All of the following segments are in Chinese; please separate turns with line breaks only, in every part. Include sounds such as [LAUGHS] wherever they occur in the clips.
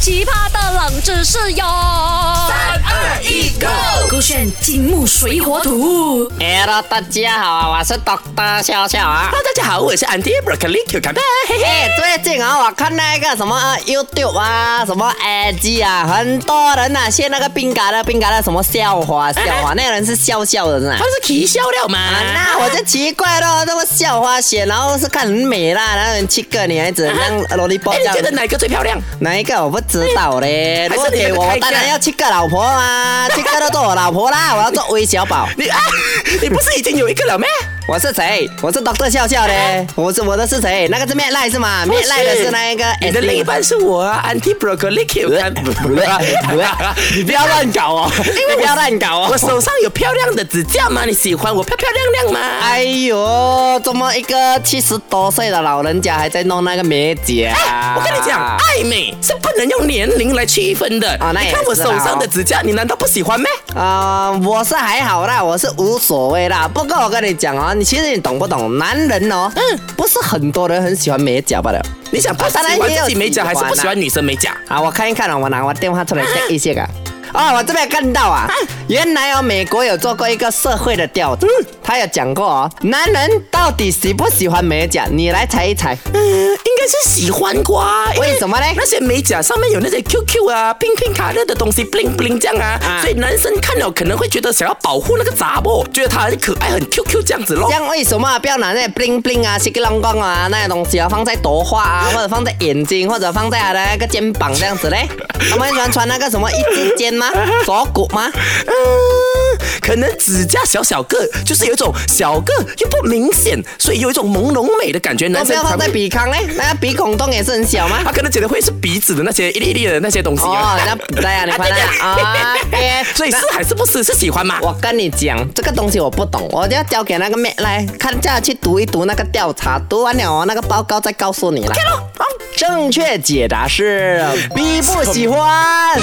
奇葩的冷知识哟！三
二一，Go！
勾选金木水火土。
哎
Hello，大家好啊，我是 Doctor 笑笑啊。
大家好，我是 Andy Broccoli Q 干贝。
哎，最近啊，我看那个什么啊 YouTube 啊，什么 IG 啊，很多人呐、啊，写那个冰嘎的冰嘎的什么笑话笑
[LAUGHS]
话，那个人是笑笑的是吧
他？是起笑了嘛？哎
啊，那我就奇怪咯，那么校花写，然后是看很美啦，然后很七个女孩子像 lollipop
[LAUGHS] 哎，
这
你
样
觉，得哪一个最漂亮？
哪一个我不知道
[LAUGHS]
嘞。
还
如
是
果
你
给
们
我，
开
我
价
当然要七个老婆啊，七个都做我老婆啦，我要做韦小宝。
你啊， [LAUGHS] 你不是已经有一个了咩？
我是谁？我是 Doctor 笑笑嘞，我是我的是谁？那个是面赖是吗？面赖的是那一个
你的
SD
另一半是我啊，Andy Broccoli Q 干贝。 [LAUGHS]
你不要乱搞哦，你不要乱搞
我
哦。
手上有漂亮的指甲吗？你喜欢我漂漂亮亮吗？
哎呦，这么一个七十多岁的老人家还在弄那个啊美甲、
哎我跟你讲，爱美是不能用年龄来区分的。
哦那也
你看我
是啦
手上的
哦
指甲，你难道不喜欢咩？
啊、我是还好啦，我是无所谓啦。不过我跟你讲哦，你其实你懂不懂？男人哦，嗯，不是很多人很喜欢美甲罢了。
你想不喜
当然
欢
也有
自己美甲，
喜
还
欢
是不喜
啊
欢女生美甲？
啊，我看一看啊，我拿我电话出来 check 一下啊。哦，我这边看到啊，原来哦，美国有做过一个社会的调查，他有讲过哦，男人到底喜不喜欢美甲？你来猜一猜，
嗯，应该是喜欢瓜。因
为什么呢
那些美甲上面有那些 QQ 啊、拼拼卡乐的东西，bling bling 这样啊，
啊
所以男生看了可能会觉得想要保护那个杂货，觉得他很可爱、很 QQ 这样子咯
这。样为什么不要拿那些 bling bling 啊、稀里啷光啊那些东西啊放在头发啊， [LAUGHS] 或者放在眼睛，或者放在他的那个肩膀这样子嘞？他们喜欢穿那个什么一字肩 [LAUGHS] 吗？锁骨吗？
嗯，可能指甲小小个，就是有一种小个又不明显，所以有一种朦胧美的感觉。
都
男
不
生
要
才
放在
会，
鼻腔嘞，那个鼻孔洞也是很小 [LAUGHS] 吗？
他可能觉得会是鼻子的那些一粒一粒的那些东西
哦
啊。，
那不 [LAUGHS] 对啊，你看
对对
那啊，OK
所以是
那
还是不是是喜欢嘛？
我跟你讲，这个东西我不懂，我就要交给那个妹来看，叫她去读一读那个调查，读完了哦，那个报告再告诉你啦。正确解答是 B，不喜欢。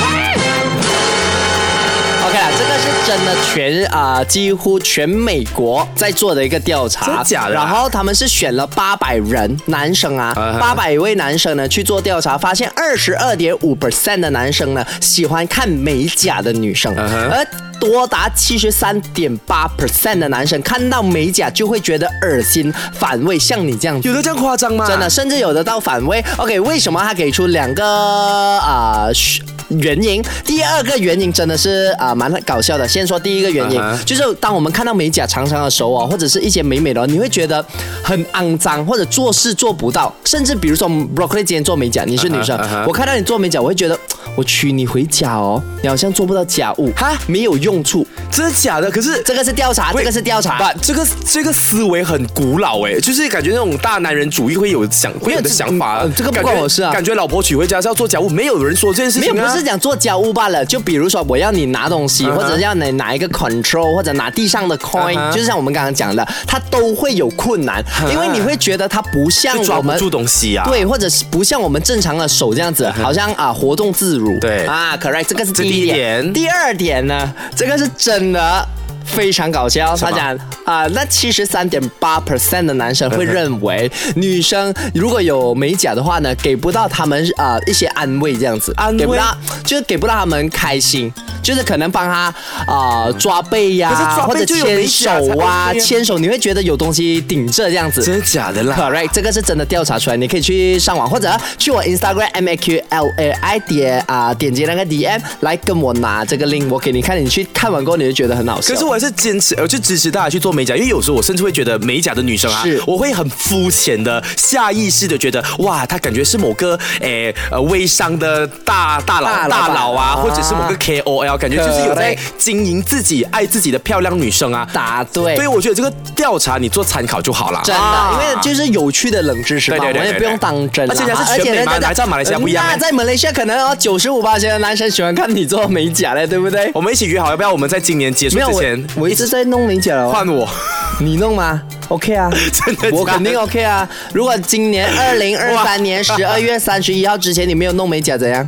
OK 啦，这个是真的全啊、几乎全美国在做的一个调查，
真的假的啊
然后他们是选了八百人男生啊
嗯，哼
八百位男生呢去做调查，发现二十二点五 percent 的男生呢喜欢看美甲的女生，
嗯哼
而多达七十三点八 percent 的男生看到美甲就会觉得恶心反胃，像你这样子。
有的这样夸张吗？
真的，甚至有的到反胃。OK，为什么他给出两个啊、呃嘘原因？第二个原因真的是啊、呃蛮搞笑的。先说第一个原因
啊哈
就是当我们看到美甲常常的时候哦，或者是一些美美的哦，你会觉得很肮脏，或者做事做不到，甚至比如说 broccoli 今天做美甲，你是女生
啊哈啊哈
我看到你做美甲，我会觉得我娶你回家哦，你好像做不到家务，哈，没有用处。
真的假的？可是
这个是调查，这个是调查。
把这个这个思维很古老哎，就是感觉那种大男人主义会有想会有的想法、
嗯这个不关我事啊
感觉感觉老婆娶回家是要做家务，没有人说这件事
没
情、
有，
啊。
不是讲做家务罢了。就比如说，我要你拿东西，
嗯哼
或者要你拿一个 control，或者拿地上的 coin，、
嗯哼
就是像我们刚刚讲的，它都会有困难，因为你会觉得它不像
啊就抓
我
不
们。
住东西啊。，
对，或者是不像我们正常的手这样子，好像啊活动自如。
对
啊，correct，这个是
这
第一
第一
点。
点
第二点呢，这个是真的。非常搞笑，
什
他
么
讲啊、那七十三点八 percent 的男生会
嗯哼 [LAUGHS]
认为女生如果有美甲的话呢，给不到他们啊、一些安慰这样子，
安慰
给不到，就是给不到他们开心，就是可能帮他啊、抓背呀、
可是抓背
或者
就有
牵
美甲才
手啊，
OK 啊
牵手你会觉得有东西顶着这样子，
真的假的
[LAUGHS]
啦？
Correct，这个是真的调查出来，你可以去上网或者去我 Instagram M A Q L A I 点啊、点击那个 D M 来跟我拿这个 link，我给你看，你去看完过后你就觉得很好笑。
可是我还是坚持，我就支持大家去做美甲，因为有时候我甚至会觉得美甲的女生啊
是，
我会很肤浅的、下意识的觉得，哇，她感觉是某个诶呃微商的大大佬
大佬吧
大佬啊，
啊
或者是某个 KOL，感觉就是有在
Correct
经营自己、爱自己的漂亮女生啊。
答对，
所以我觉得这个调查你做参考就好了。
真的，
啊
因为就是有趣的冷知识嘛，
对对对
我们也
对
不
对
用当真啦。
而且人家是全美嘛
人家
哪知道马来西亚不一样呢
那在马来西亚可能哦，九十五八的男生喜欢看你做美甲嘞，对
[LAUGHS]
不对？
我们一起约好，要不要我们在今年结束
没有
之
我
前，
我一直在弄美甲了哦。
换我？ [LAUGHS]
你弄吗？OK 啊，
真的假的
我肯定 OK 啊。如果今年二零二三年十二月三十一号之前你没有弄美甲，怎样？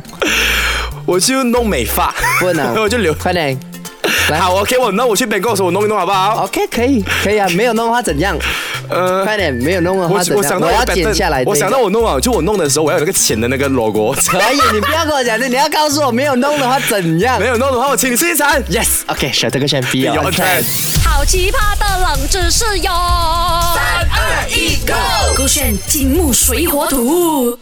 我就弄美发，
不
[LAUGHS]
能
我就留。
快点来
好，OK，我那我去美国的时候我弄一弄好不好？ [LAUGHS]
，OK，可以，可以啊。没有弄的话怎样？
呃
快点，没有弄的
我
话怎
我
么
想
样？
到
我要
摆
剪
正
下来。
我想到
等一下。
我弄啊，就我弄的时候，我要有那个钱的那个 logo。
可以，你不要跟我讲这，你要告诉我没有弄的话怎
[LAUGHS]
样
没有弄的话，我请你吃一餐。Yes，
？OK，小这个先 B
有
啊。
餐。
好奇葩的冷知识哟！三
二一 go
勾选金木水火土。